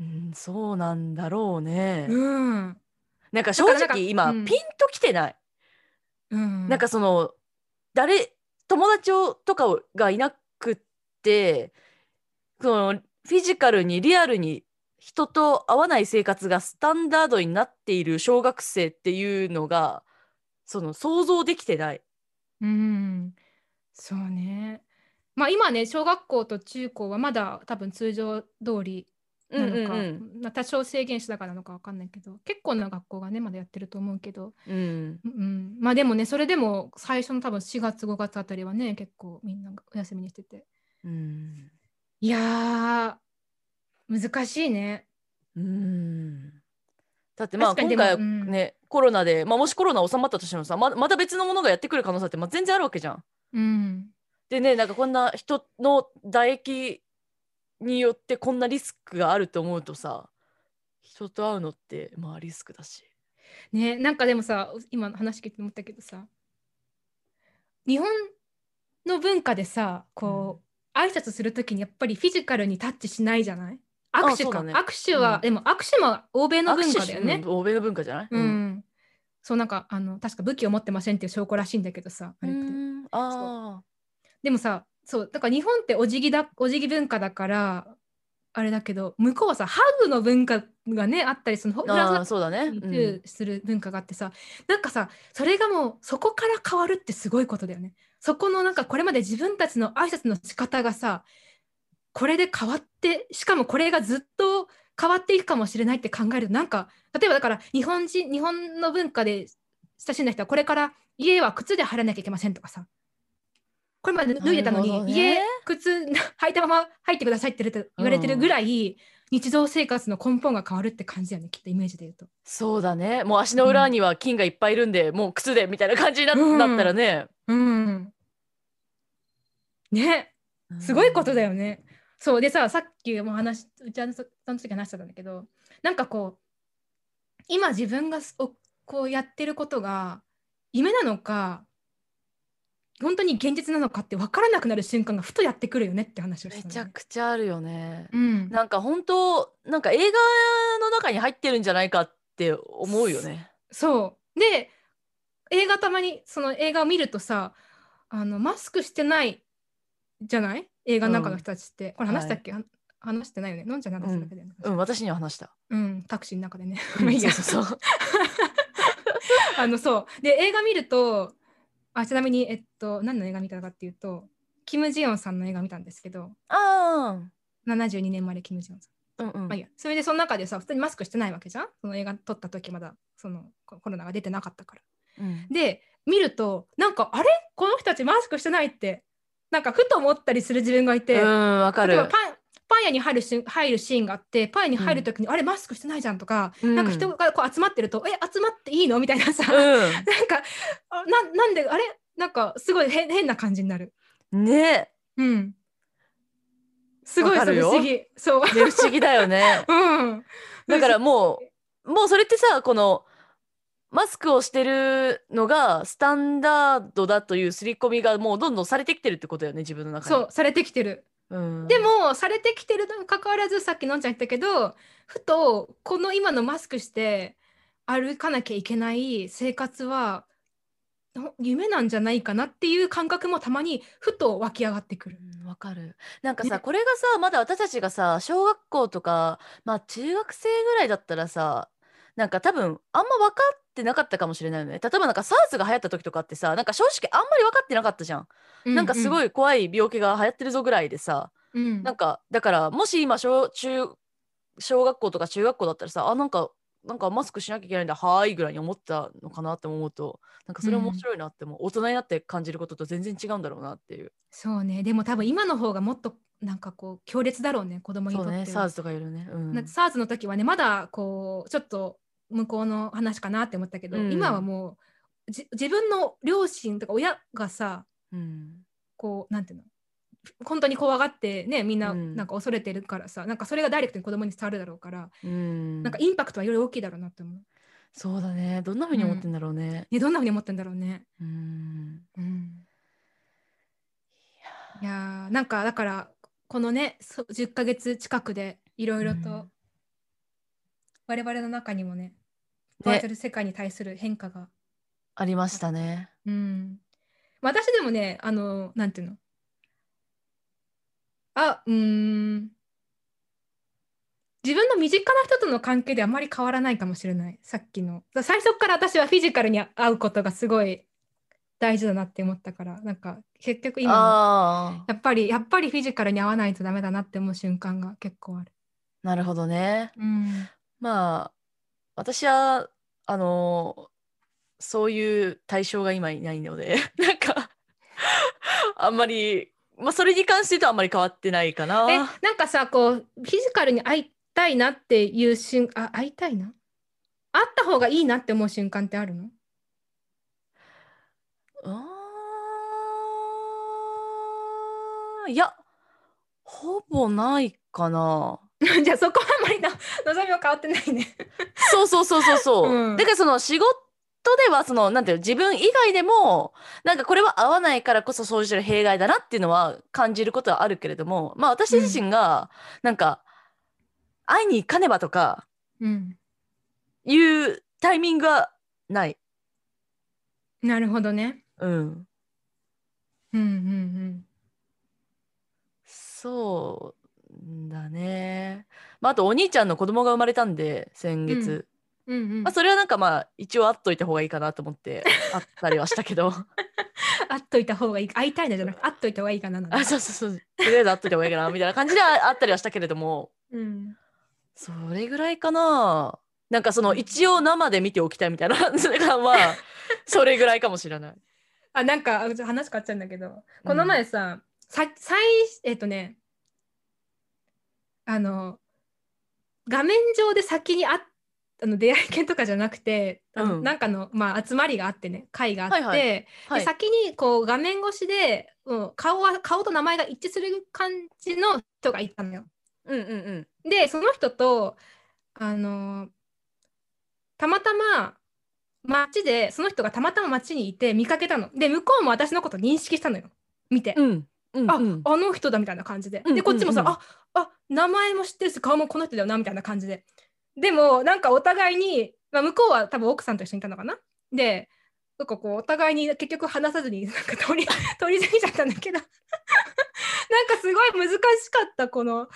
Speaker 1: うん、そうなんだろうね、
Speaker 3: うん
Speaker 1: なんか正
Speaker 3: だからなんか
Speaker 1: 直今、
Speaker 3: うん
Speaker 1: ピンときてない
Speaker 3: うん、
Speaker 1: なんかその誰友達をとかをがいなくってそのフィジカルにリアルに人と会わない生活がスタンダードになっている小学生っていうのがその想像できてない。
Speaker 3: うん、そうね。まあ今ね小学校と中高はまだ多分通常通りなのか、まあ多少制限しながらなのかわかんないけど結構な学校がねまだやってると思うけど、
Speaker 1: うんうん
Speaker 3: うんうん、まあでもねそれでも最初の多分4月5月あたりはね結構みんながお休みにしてて
Speaker 1: うん
Speaker 3: いやー難しいね。
Speaker 1: うんだってまあ
Speaker 3: 確かに
Speaker 1: 今
Speaker 3: でも
Speaker 1: 回は
Speaker 3: うん
Speaker 1: ね、コロナで、まあ、もしコロナ収まったとしてもさままた別のものがやってくる可能性ってまあ全然あるわけじゃん。
Speaker 3: うん
Speaker 1: でねなんかこんな人の唾液によってこんなリスクがあると思うとさ人と会うのってまあリスクだし。
Speaker 3: ねなんかでもさ今の話聞いて思ったけどさ日本の文化でさこう、挨拶するときにやっぱりフィジカルにタッチしないじゃない握手
Speaker 1: そうだ
Speaker 3: か、
Speaker 1: ね
Speaker 3: 握手は、
Speaker 1: うん
Speaker 3: でも握手も欧米の文化だよ
Speaker 1: 握
Speaker 3: ね
Speaker 1: 手うん欧米の文化じゃない
Speaker 3: うん、そうなんかあの確か武器を持ってませんっていう証拠らしいんだけどさ
Speaker 1: う
Speaker 3: あれって
Speaker 1: んあ
Speaker 3: でもさそうだから日本ってお辞儀だお辞儀文化だからあれだけど向こうはさハグの文化がねあったりそのほ
Speaker 1: ー
Speaker 3: フランス
Speaker 1: あーそうだね。
Speaker 3: リプ
Speaker 1: うん
Speaker 3: ーする文化があってさ、なんかさそれがもうそこから変わるってすごいことだよねそこのなんかこれまで自分たちの挨拶の仕方がさこれで変わってしかもこれがずっと変わっていくかもしれないって考えるとなんか例えばだから日本人日本の文化で親しんだ人はこれから家は靴で入らなきゃいけませんとかさこれまで脱いでたの
Speaker 1: なる
Speaker 3: に、
Speaker 1: ほどね
Speaker 3: 家靴履いたまま入ってくださいって言われてるぐらい、日常生活の根本が変わるって感じだよねきっとイメージで言うと。
Speaker 1: そうだねもう足の裏には菌がいっぱいいるんで、もう靴でみたいな感じにな,、
Speaker 3: うん
Speaker 1: なったらね
Speaker 3: うん。ね、すごいことだよね。そうでさ、さっきも話し、うちはそその時話してたんだけど、なんかこう、今自分がすおこうやってることが夢なのか、本当に現実なのかって分からなくなる瞬間がふとやってくるよねって話をし
Speaker 1: め
Speaker 3: て
Speaker 1: ち
Speaker 3: た
Speaker 1: ゃ
Speaker 3: のね、
Speaker 1: くちゃあるよね。
Speaker 3: うん、
Speaker 1: なんか本当なんか映画の中に入ってるんじゃないかって思うよね。
Speaker 3: そうで映画たまにその映画を見るとさあのマスクしてないじゃない映画の中の人たちって、これ話したっけ、は話してないよね飲んじゃなかっただけだよね、
Speaker 1: うん私には話した。
Speaker 3: うんタクシーの中でね
Speaker 1: う
Speaker 3: まあ
Speaker 1: ん
Speaker 3: いいや
Speaker 1: そうそうそう。
Speaker 3: あのそうで映画見るとあちなみにえっと何の映画見たかっていうとキム・ジヨンさんの映画見たんですけど
Speaker 1: ああ。
Speaker 3: 72年生まれキム・ジヨンさん
Speaker 1: うんうん
Speaker 3: まあいいやそれでその中でさ普通にマスクしてないわけじゃんその映画撮った時まだそのココロナが出てなかったから
Speaker 1: うん
Speaker 3: で見るとなんかあれこの人たちマスクしてないってなんかふと思ったりする自分がいて、
Speaker 1: うん、わか
Speaker 3: 例えば
Speaker 1: る
Speaker 3: パ。ンパン屋に入るし入るシーンがあってパン屋に入る時に、あれマスクしてないじゃんとか、
Speaker 1: な
Speaker 3: なんか人がこう集まってるとえ集まっていいのみたいなさ、 なんかあななんであれなんかすごい変変な感じになる。
Speaker 1: うん。ね。
Speaker 3: うんすごい
Speaker 1: わ
Speaker 3: そ
Speaker 1: かる
Speaker 3: れ
Speaker 1: よ
Speaker 3: 不思議そう、。
Speaker 1: ね不思議だよね
Speaker 3: うん、
Speaker 1: だからもう、もうそれってさ、この、マスクをしてるのがスタンダードだという刷り込みがもうどんどんされてきてるってことだよね、自分の中に。
Speaker 3: そうされてきてる
Speaker 1: うん。
Speaker 3: でもされてきてるのにかかわらずさっきのんちゃん言ったけどふとこの今のマスクして歩かなきゃいけない生活はほ夢なんじゃないかなっていう感覚もたまにふと湧き上がってくる。
Speaker 1: うんわかるなんかさ、
Speaker 3: ね
Speaker 1: これがさまだ私たちがさ小学校とかまあ中学生ぐらいだったらさなんか多分あんま分かってなかったかもしれないよね例えばなんか SARS が流行った時とかってさなんか正直あんまり分かってなかったじゃん、なんかすご
Speaker 3: い、
Speaker 1: い怖い病気が流行ってるぞぐらいでさ
Speaker 3: うん
Speaker 1: なんかだからもし今小中小学校とか中学校だったらさあなんかなんかマスクしなきゃいけないんだはーいぐらいに思ったのかなって思うとなんかそれ面白いなっても、大人になって感じることと全然違うんだろうなっていう
Speaker 3: そうねでも多分今の方がもっとなんかこう強烈だろうね子供にと
Speaker 1: そ
Speaker 3: っ
Speaker 1: う
Speaker 3: て
Speaker 1: ね
Speaker 3: は
Speaker 1: SARS とかいるね、うん、
Speaker 3: な SARS の時はねまだこうちょっと向こうの話かなって思ったけど、
Speaker 1: うん
Speaker 3: 今はもうじ自分の両親とか親がさ
Speaker 1: うん
Speaker 3: こうなんていうの本当に怖がってねみんな
Speaker 1: うん
Speaker 3: なんか恐れてるからさ、なんかそれがダイレクトに子供に伝わるだろうから、
Speaker 1: うん、
Speaker 3: なんかインパクトはより大きいだろうなって思う。
Speaker 1: そうだねどんな風に思ってんだろうね、
Speaker 3: ね、どんなふうに思ってんだろうね。
Speaker 1: うん
Speaker 3: うん、いやーなんかだからこのねそ10ヶ月近くでいろいろ
Speaker 1: う
Speaker 3: と
Speaker 1: ん
Speaker 3: 我々の中にもねバーチャ
Speaker 1: ね
Speaker 3: ル世界に対する変化が、
Speaker 1: ありましたね
Speaker 3: うん、まあ私でもねあのなんていうのあうーん自分の身近な人との関係であまり変わらないかもしれないさっきのだ最初から私はフィジカルに会うことがすごい大事だなって思ったからなんか結局今も
Speaker 1: ああ
Speaker 3: やっぱりやっぱりフィジカルに合わないとダメだなって思う瞬間が結構ある。
Speaker 1: なるほどね
Speaker 3: うん、
Speaker 1: まあ私はあのそういう対象が今いないので なんかあんまり、まあ、それに関して言うとあんまり変わってないか
Speaker 3: え
Speaker 1: な。
Speaker 3: なんかさこうフィジカルに会いたいなっていう瞬あ会いたいな会った方がいいなって思う瞬間ってあるの
Speaker 1: うーんいやほぼないかな。
Speaker 3: じゃあそこはあんまりな望みは変わってないね。
Speaker 1: そうそうそうそうそう。
Speaker 3: うん
Speaker 1: だからその仕事ではそのなんていうの自分以外でもなんかこれは合わないからこそ生じてる弊害だなっていうのは感じることはあるけれどもまあ私自身がなんか会いに行かねばとか
Speaker 3: うん、
Speaker 1: いうタイミングはない。
Speaker 3: なるほどね。
Speaker 1: うん、
Speaker 3: うんうん
Speaker 1: そうだね。まあ、あとお兄ちゃんの子供が生まれたんで先月、
Speaker 3: うん。うんうん、
Speaker 1: まあ、それはなんかまあ一応会っといた方がいいかなと思って会ったりはしたけど。
Speaker 3: 会っといた方がいい会いたいなじゃなくて会っといた方がいいかななんだ
Speaker 1: あそうそうそうとりあえず会っといた方がいいかなみたいな感じでああったりはしたけれども
Speaker 3: うん、
Speaker 1: それぐらいかななんかその一応生で見ておきたいみたい なそれがまあそれぐらいかもしれない。
Speaker 3: あなんかあちょ話変わっちゃうんだけどこの前さ、さ最えっとねあの画面上で先にあっあの出会い系とかじゃなくて、あの
Speaker 1: うん
Speaker 3: なんかの、まあ、集まりがあってね会があって、
Speaker 1: はいはいはい
Speaker 3: で、先にこう画面越しで、うん、顔は顔と名前が一致する感じの人がいたのよ。
Speaker 1: うんうんうん
Speaker 3: でその人とあのたまたま街でその人がたまたま街にいて見かけたの。で向こうも私のこと認識したのよ見て。
Speaker 1: うんうん
Speaker 3: あ、
Speaker 1: うん
Speaker 3: あの人だみたいな感じで。
Speaker 1: うん
Speaker 3: で、こっちもさ、
Speaker 1: うんうん
Speaker 3: あ、あ、名前も知ってるし、顔もこの人だよなみたいな感じで。でも、なんかお互いに、まあ、向こうは多分奥さんと一緒にいたのかな。で、なんかこう、お互いに結局話さずに、なんか通り、 通り過ぎちゃったんだけど。なん かすごい難しかった、この、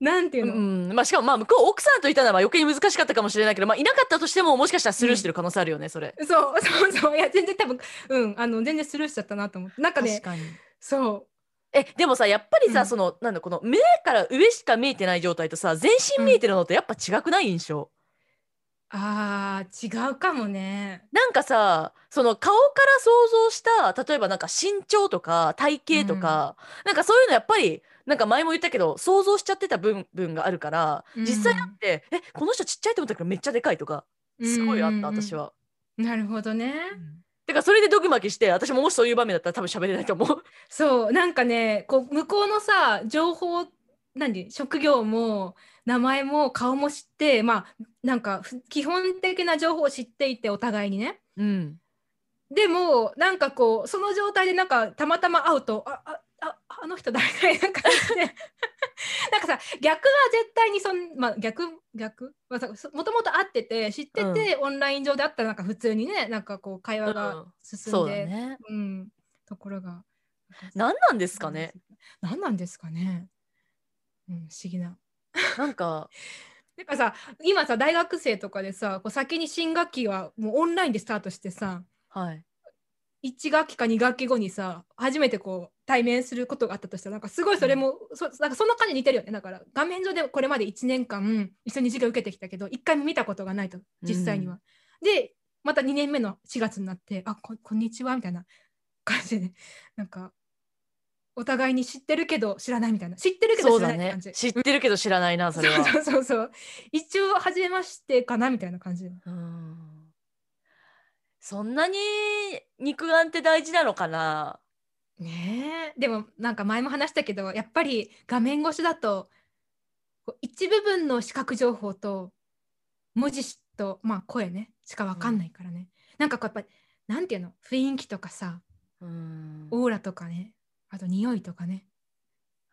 Speaker 3: なんていう
Speaker 1: う
Speaker 3: の。
Speaker 1: んまあ、しかもまあ向こう奥さんといたのはまあ余計に難しかったかもしれないけど、まあ、いなかったとしてももしかしたらスルーしてる可能性あるよね、それ。
Speaker 3: そう そうそういや全然多分うんあの全然スルーしちゃったなと思ってなんかね
Speaker 1: かに
Speaker 3: そ
Speaker 1: えでもさやっぱりさ、
Speaker 3: うん
Speaker 1: そのなんだこの目から上しか見えてない状態とさ全身見えてるのってやっぱ違くない印象、
Speaker 3: うあー違うかもね
Speaker 1: なんかさその顔から想像した例えばなんか身長とか体型とか、なんかそういうのやっぱりなんか前も言ったけど想像しちゃってた部分があるから実際だって、えこの人ちっちゃいと思ったけどめっちゃでかいとかすごいあった私
Speaker 3: は
Speaker 1: は。
Speaker 3: なるほどね。
Speaker 1: てかそれでドキマキして私ももしそういう場面だったら多分喋れないと思う。
Speaker 3: そうなんかねこう向こうのさ情報何職業も名前も顔も知ってまあなんかふ基本的な情報を知っていてお互いにね。
Speaker 1: うん、
Speaker 3: でもなんかこうその状態でなんかたまたま会うとああああの人誰だいな感じで なんかさ逆は絶対にそんまあ逆逆まあさそもともと会ってて知ってて、オンライン上で会ったらなんか普通にねなんかこう会話
Speaker 1: う
Speaker 3: が
Speaker 1: ん
Speaker 3: 進
Speaker 1: そ
Speaker 3: ん
Speaker 1: うだ
Speaker 3: で、
Speaker 1: ね。
Speaker 3: うん、ところが。
Speaker 1: 何なんですかね。
Speaker 3: 何なんですかね。うん、不思議な。
Speaker 1: なんか
Speaker 3: なんかさ、今さ、大学生とかでさ、こう先に新学期はもうオンラインでスタートしてさ、
Speaker 1: はい。
Speaker 3: 1学期か2学期後にさ初めてこう対面することがあったとしたらなんかすごいそれも、そなんかそんな感じに似てるよねだから画面上でこれまで1年間一緒に授業受けてきたけど1回も見たことがないと実際には。でまた2年目の4月になって「あここんにちは」みたいな感じでなんかお互いに知ってるけど知らないみたいな知ってるけ
Speaker 1: そ
Speaker 3: ど
Speaker 1: う
Speaker 3: 知ら
Speaker 1: だ
Speaker 3: ないって
Speaker 1: ね
Speaker 3: 感じ。
Speaker 1: 知ってるけど知らないなそれは
Speaker 3: そうそうそう一応初めましてかなみたいな感じ
Speaker 1: うんそんなに肉眼って大事なのかな
Speaker 3: ねえでもなんか前も話したけどやっぱり画面越しだとこう一部分の視覚情報と文字と、まあ、声ねしか分かんないからね、なんかこうやっぱりなんていうの雰囲気とかさ
Speaker 1: うん
Speaker 3: オーラとかねあと匂いとかね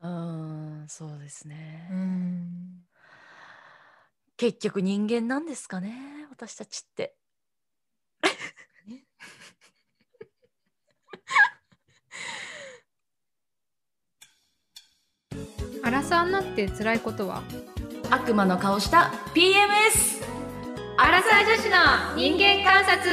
Speaker 1: うんそうですね、
Speaker 3: うん
Speaker 1: 結局人間なんですかね私たちって
Speaker 3: 荒さになって辛いことは
Speaker 4: 悪魔の顔した PMS
Speaker 5: アラサー女子の人間観察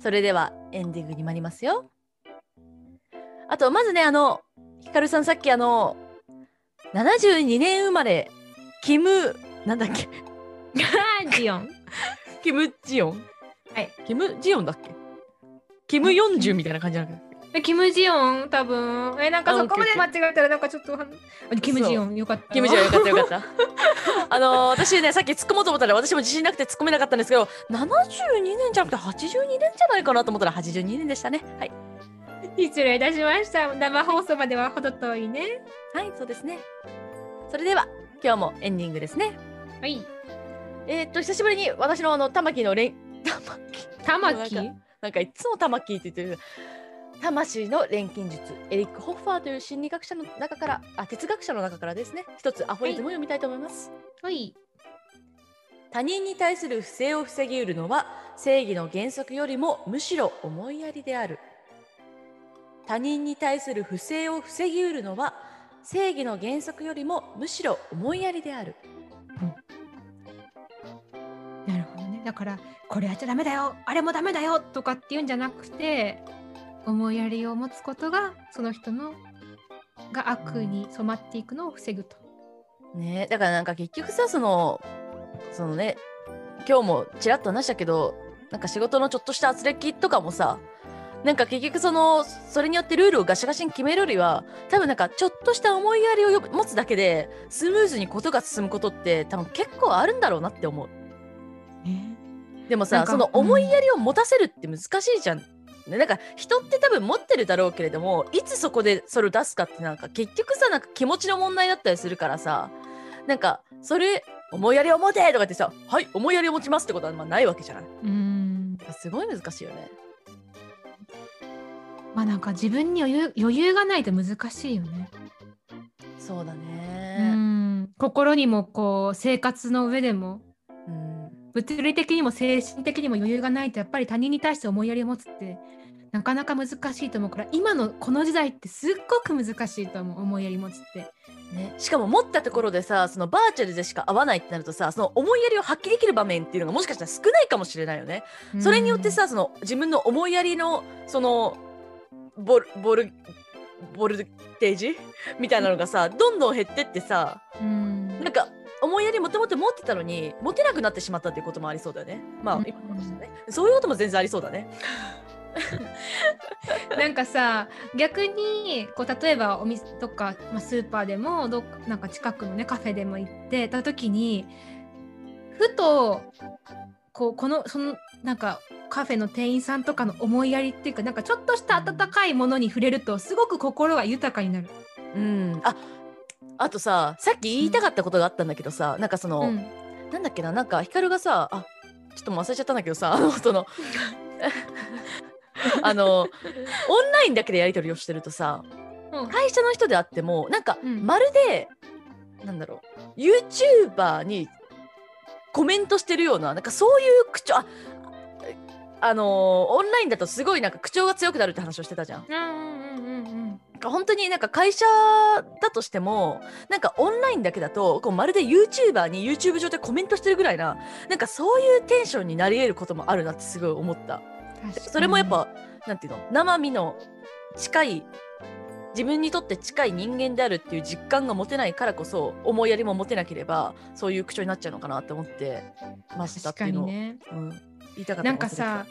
Speaker 1: それではエンディングに参りますよあとまずねあのひかるさんさっきあの72年生まれキムなんだっけ
Speaker 3: ジオン
Speaker 1: キム・ジヨン
Speaker 3: はい
Speaker 1: キム・ジヨンだっけキム40みたいな感じなんだっけ
Speaker 3: えキム・ジヨン多分えなんか
Speaker 1: あ
Speaker 3: そこまで間違えたらなんかちょっとはんあキム・ジヨンよかった
Speaker 1: キム・ジヨンよかったよかった あのー私ねさっき突っ込もうと思ったら私も自信なくて突っ込めなかったんですけど72年じゃなくて82年じゃないかなと思ったら82年でしたねはい
Speaker 3: 失礼いたしました生放送まではほど遠いね
Speaker 1: はい、そうですね。それでは、今日もエンディングですね。
Speaker 3: はい
Speaker 1: えーっと、久しぶりに私のあの、玉木のれん、 玉木
Speaker 3: 玉木
Speaker 1: なんなんかいつも玉木って言ってる。魂の錬金術、エリック・ホッファーという心理学者の中から、あ、哲学者の中からですね、一つアフォリズムを読みたいと思います。
Speaker 3: はい
Speaker 1: 他人に対する不正を防ぎうるのは正義の原則よりもむしろ思いやりである他人に対する不正を防ぎうるのは正義の原則よりもむしろ思いやりである
Speaker 3: なるほどねだからこれやっちゃダメだよあれもダメだよとかっていうんじゃなくて思いやりを持つことがその人のが悪に染まっていくのを防ぐと、
Speaker 1: ねえだからなんか結局さそのそのね今日もちらっと話したけどなんか仕事のちょっとした圧力とかもさなんか結局そのそれによってルールをガシャガシに決めるよりは多分なんかちょっとした思いやりをよ持つだけでスムーズにことが進むことって多分結構あるんだろうなって思うでも
Speaker 3: な
Speaker 1: さ
Speaker 3: んか
Speaker 1: その思いやりを持たせるって難しいじゃん、ね、なんか人って多分持ってるだろうけれどもいつそこでそれを出すかってなんか結局さなんか気持ちの問題だったりするからさなんかそれ思いやりを持てとか言ってさ「はい思いやりを持ちます」ってことはまあないわけじゃない
Speaker 3: うん
Speaker 1: だからすごい難しいよね
Speaker 3: まあなんか自分に余裕余裕がないと難しいよね、
Speaker 1: そうだ
Speaker 3: う
Speaker 1: ね
Speaker 3: ん心にもこう生活の上でも
Speaker 1: うん、
Speaker 3: 物理的にも精神的にも余裕がないとやっぱり他人に対して思いやりを持つってなかなか難しいと思うから今のこの時代ってすっごく難しいと思う思いやり持つって
Speaker 1: ね、しかも持ったところでさそのバーチャルでしか会わないってなるとさその思いやりを発揮できる場面っていうのがもしかしたら少ないかもしれないよねそれによってさその自分の思いやりのそのボルボルボルテージみたいなのがさどんどん減ってってさ
Speaker 3: うん
Speaker 1: なんか思いやりもともと持ってたのに持てなくなってしまったっていうこともありそうだよねま
Speaker 3: う
Speaker 1: あ
Speaker 3: ん
Speaker 1: 今の話だねそういうことも全然ありそうだね
Speaker 3: なんかさ逆にこう例えばお店とか、まあ、スーパーでもどっかなんか近くのねカフェでも行ってた時にふとこうこのそのなんかカフェの店員さんとかの思いやりっていうかなんかちょっとした温かいものに触れるとすごく心が豊かになる。
Speaker 1: うんああとささっき言いたかったことがあったんだけどさ、なんかその、
Speaker 3: うん
Speaker 1: なんだっけななんかヒカルがさあちょっともう忘れちゃったんだけどさあ の そのあのオンラインだけでやり取りをしてるとさ、
Speaker 3: うん
Speaker 1: 会社の人であってもなんか
Speaker 3: うん
Speaker 1: まるで、なんだろう YouTuber にコメントしてるようななんかそういう口調ああのオンラインだとすごいなんか口調が強くなるって話をしてたじゃん。
Speaker 3: うんうんうんうん
Speaker 1: 本当になんか会社だとしてもなんかオンラインだけだとこうまるで YouTuber に YouTube 上でコメントしてるぐらいななんかそういうテンションになり得ることもあるなってすごい思った。それもやっぱ、なんていうの生身の近い自分にとって近い人間であるっていう実感が持てないからこそ思いやりも持てなければそういう口調になっちゃうのかなって思ってましたっ
Speaker 3: 確
Speaker 1: てい
Speaker 3: か
Speaker 1: うの
Speaker 3: に
Speaker 1: を、
Speaker 3: ね
Speaker 1: うん、言いたかった
Speaker 3: なんかさ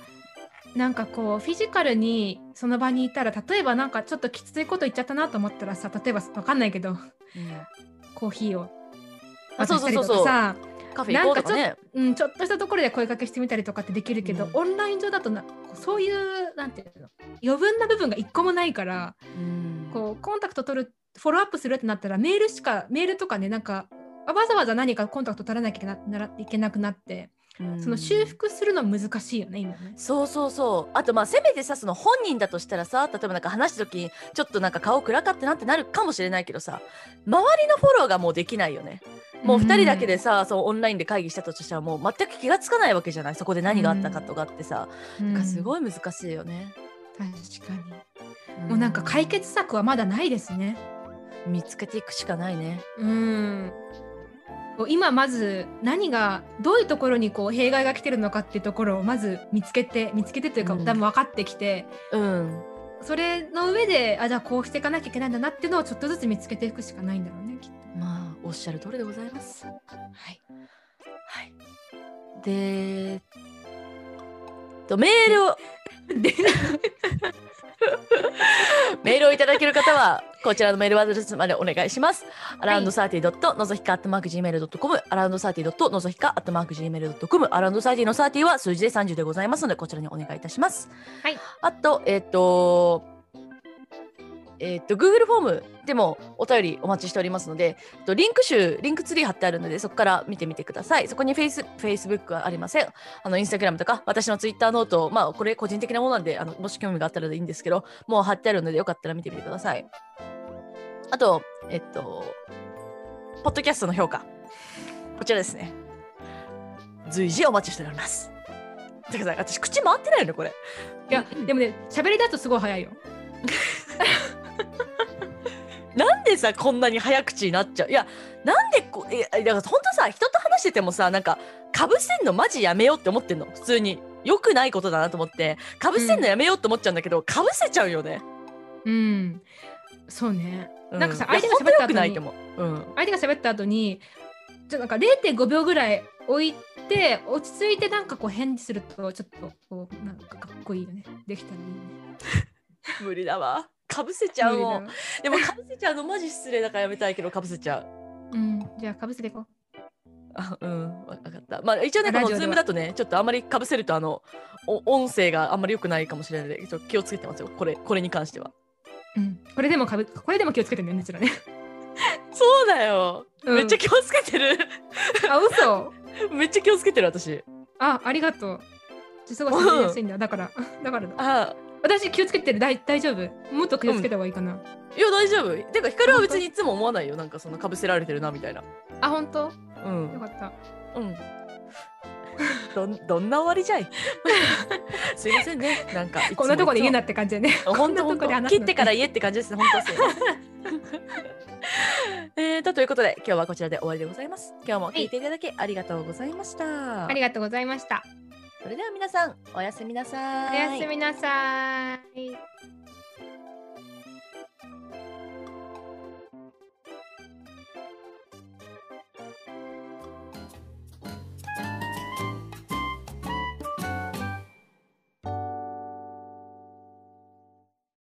Speaker 3: なんかこうフィジカルにその場にいたら例えばなんかちょっときついこと言っちゃったなと思ったらさ例えばわかんないけど
Speaker 1: 忘れてた、
Speaker 3: コーヒーを
Speaker 1: あそうそうそうそう
Speaker 3: 渡したりとか
Speaker 1: うんカフェ行こうとかね
Speaker 3: さ、うん、ちょっとしたところで声かけしてみたりとかってできるけど、
Speaker 1: うん
Speaker 3: オンライン上だとなそういうなんていうの余分な部分が一個もないから
Speaker 1: うん
Speaker 3: こうコンタクト取るフォローアップするってなったらメールしかメールとかねなんかわざわざ何かコンタクト取らなきゃなならいけなくなって
Speaker 1: うん
Speaker 3: その修復するの難しいよね今ね。
Speaker 1: そうそうそうあとまあせめてさその本人だとしたらさ例えばなんか話した時にちょっとなんか顔暗かったなってなるかもしれないけどさ周りのフォローがもうできないよねもう2人だけでさ、そうオンラインで会議したとしたらもう全く気がつかないわけじゃないそこで何があったかとかってさ、
Speaker 3: うん、
Speaker 1: なんかす
Speaker 3: い
Speaker 1: ごい難しいよね、
Speaker 3: 確かにもうなんか解決策はまだないですね。
Speaker 1: 見つけていくしかないね
Speaker 3: うん。こう今まず何がどういうところにこう弊害が来てるのかっていうところをまず見つけて見つけてというか、
Speaker 1: うん
Speaker 3: 多分分かってきて
Speaker 1: うん
Speaker 3: それの上であじゃあこうしていかなきゃいけないんだなっていうのをちょっとずつ見つけていくしかないんだろうねきっと。
Speaker 1: まあおっしゃる通りでございます
Speaker 3: はい。
Speaker 1: はいでとメールを
Speaker 3: で
Speaker 1: メールをいただける方は、こちらのメールアドレスまでお願いします。アラウンドサーティドットのぞひかアットマーク Gmail.com、アラウンドサーティドットのぞひかアットマーク Gmail.com、アラウンドサーティのサーティは数字で30でございますので、こちらにお願いいたします。
Speaker 3: はい。
Speaker 1: あと、えっ、と、えっ、と、Google フォームでもお便りお待ちしておりますので、えっとリンク集、リンクツリー貼ってあるので、そこから見てみてください。そこにフェイス、Facebook はありません。あの、インスタグラムとか、私のツイッターノート、まあ、これ個人的なものなんで、あの、もし興味があったらでいいんですけど、もう貼ってあるので、よかったら見てみてください。あと、えっと、ポッドキャストの評価。こちらですね。随時お待ちしております。てかさ、私、口回ってないよね、これ。
Speaker 3: いやでもね喋りだとすごい早いよ。
Speaker 1: なんでさ、こんなに早口になっちゃういや、なんでこう、いや、だから本当さ、人と話しててもさ、なんか、かぶせんのマジやめようって思ってんの、普通に。よくないことだなと思って、かぶせんのやめようって思っちゃうんだけど、かぶせちゃうよね。
Speaker 3: うん。そうね。
Speaker 1: う
Speaker 3: なんかさ
Speaker 1: いや
Speaker 3: 相手が
Speaker 1: 本当
Speaker 3: 喋った後
Speaker 1: 良
Speaker 3: に
Speaker 1: くないと思う。うん。
Speaker 3: 相手が喋った後にちょっとなんか0.5秒ぐらい置いて落ち着いてなんかこう返事するとちょっとこうなんかかっこいいよねできたらいいね
Speaker 1: 無理だわ。かぶせちゃうもん。
Speaker 3: 無理
Speaker 1: でもかぶせちゃうのマジ失礼だからやめたいけどかぶせちゃう。
Speaker 3: だなうんじゃあかぶせていこう
Speaker 1: あうん、わかった。まあ一応ね、こ
Speaker 3: ラ
Speaker 1: の
Speaker 3: ジオでは
Speaker 1: ズームだとね、ちょっとあんまりかぶせると、あの、お音声があんまり良くないかもしれないので、ちょっと気をつけてますよ、これ、これに関しては。
Speaker 3: うんこれでもかぶこれでも気をつけてねうちらね
Speaker 1: そうだよ、
Speaker 3: うん
Speaker 1: めっちゃ気をつけてる。
Speaker 3: あ嘘
Speaker 1: めっちゃ気をつけてる、私。
Speaker 3: あありがとうじゃあすごい喋りやすいんだ、だからだからだ
Speaker 1: あ
Speaker 3: 私気をつけてるだい大丈夫もっと気をつけた方がいいかな、
Speaker 1: いや、大丈夫。てか、ヒカルは別にいつも思わないよ、なんかそのかぶせられてるなみたいな。
Speaker 3: あ本当よ
Speaker 1: うん。
Speaker 3: かった
Speaker 1: うん。どん どんな終わりじゃいすいませんねなんかいつも
Speaker 3: こんなとこで言うな
Speaker 1: っ
Speaker 3: って感じでね
Speaker 1: 本当
Speaker 3: こ
Speaker 1: 本
Speaker 3: んなとこで
Speaker 1: 当
Speaker 3: 話す
Speaker 1: 切
Speaker 3: の
Speaker 1: ってから言えって感じですね本当ですよね えーとということで今日はこちらで終わりでございます今日も聞いていただきありがとうございました、
Speaker 3: ありがとうございました
Speaker 1: それでは皆さんおやすみなさ
Speaker 3: お
Speaker 1: い
Speaker 3: やすみなさい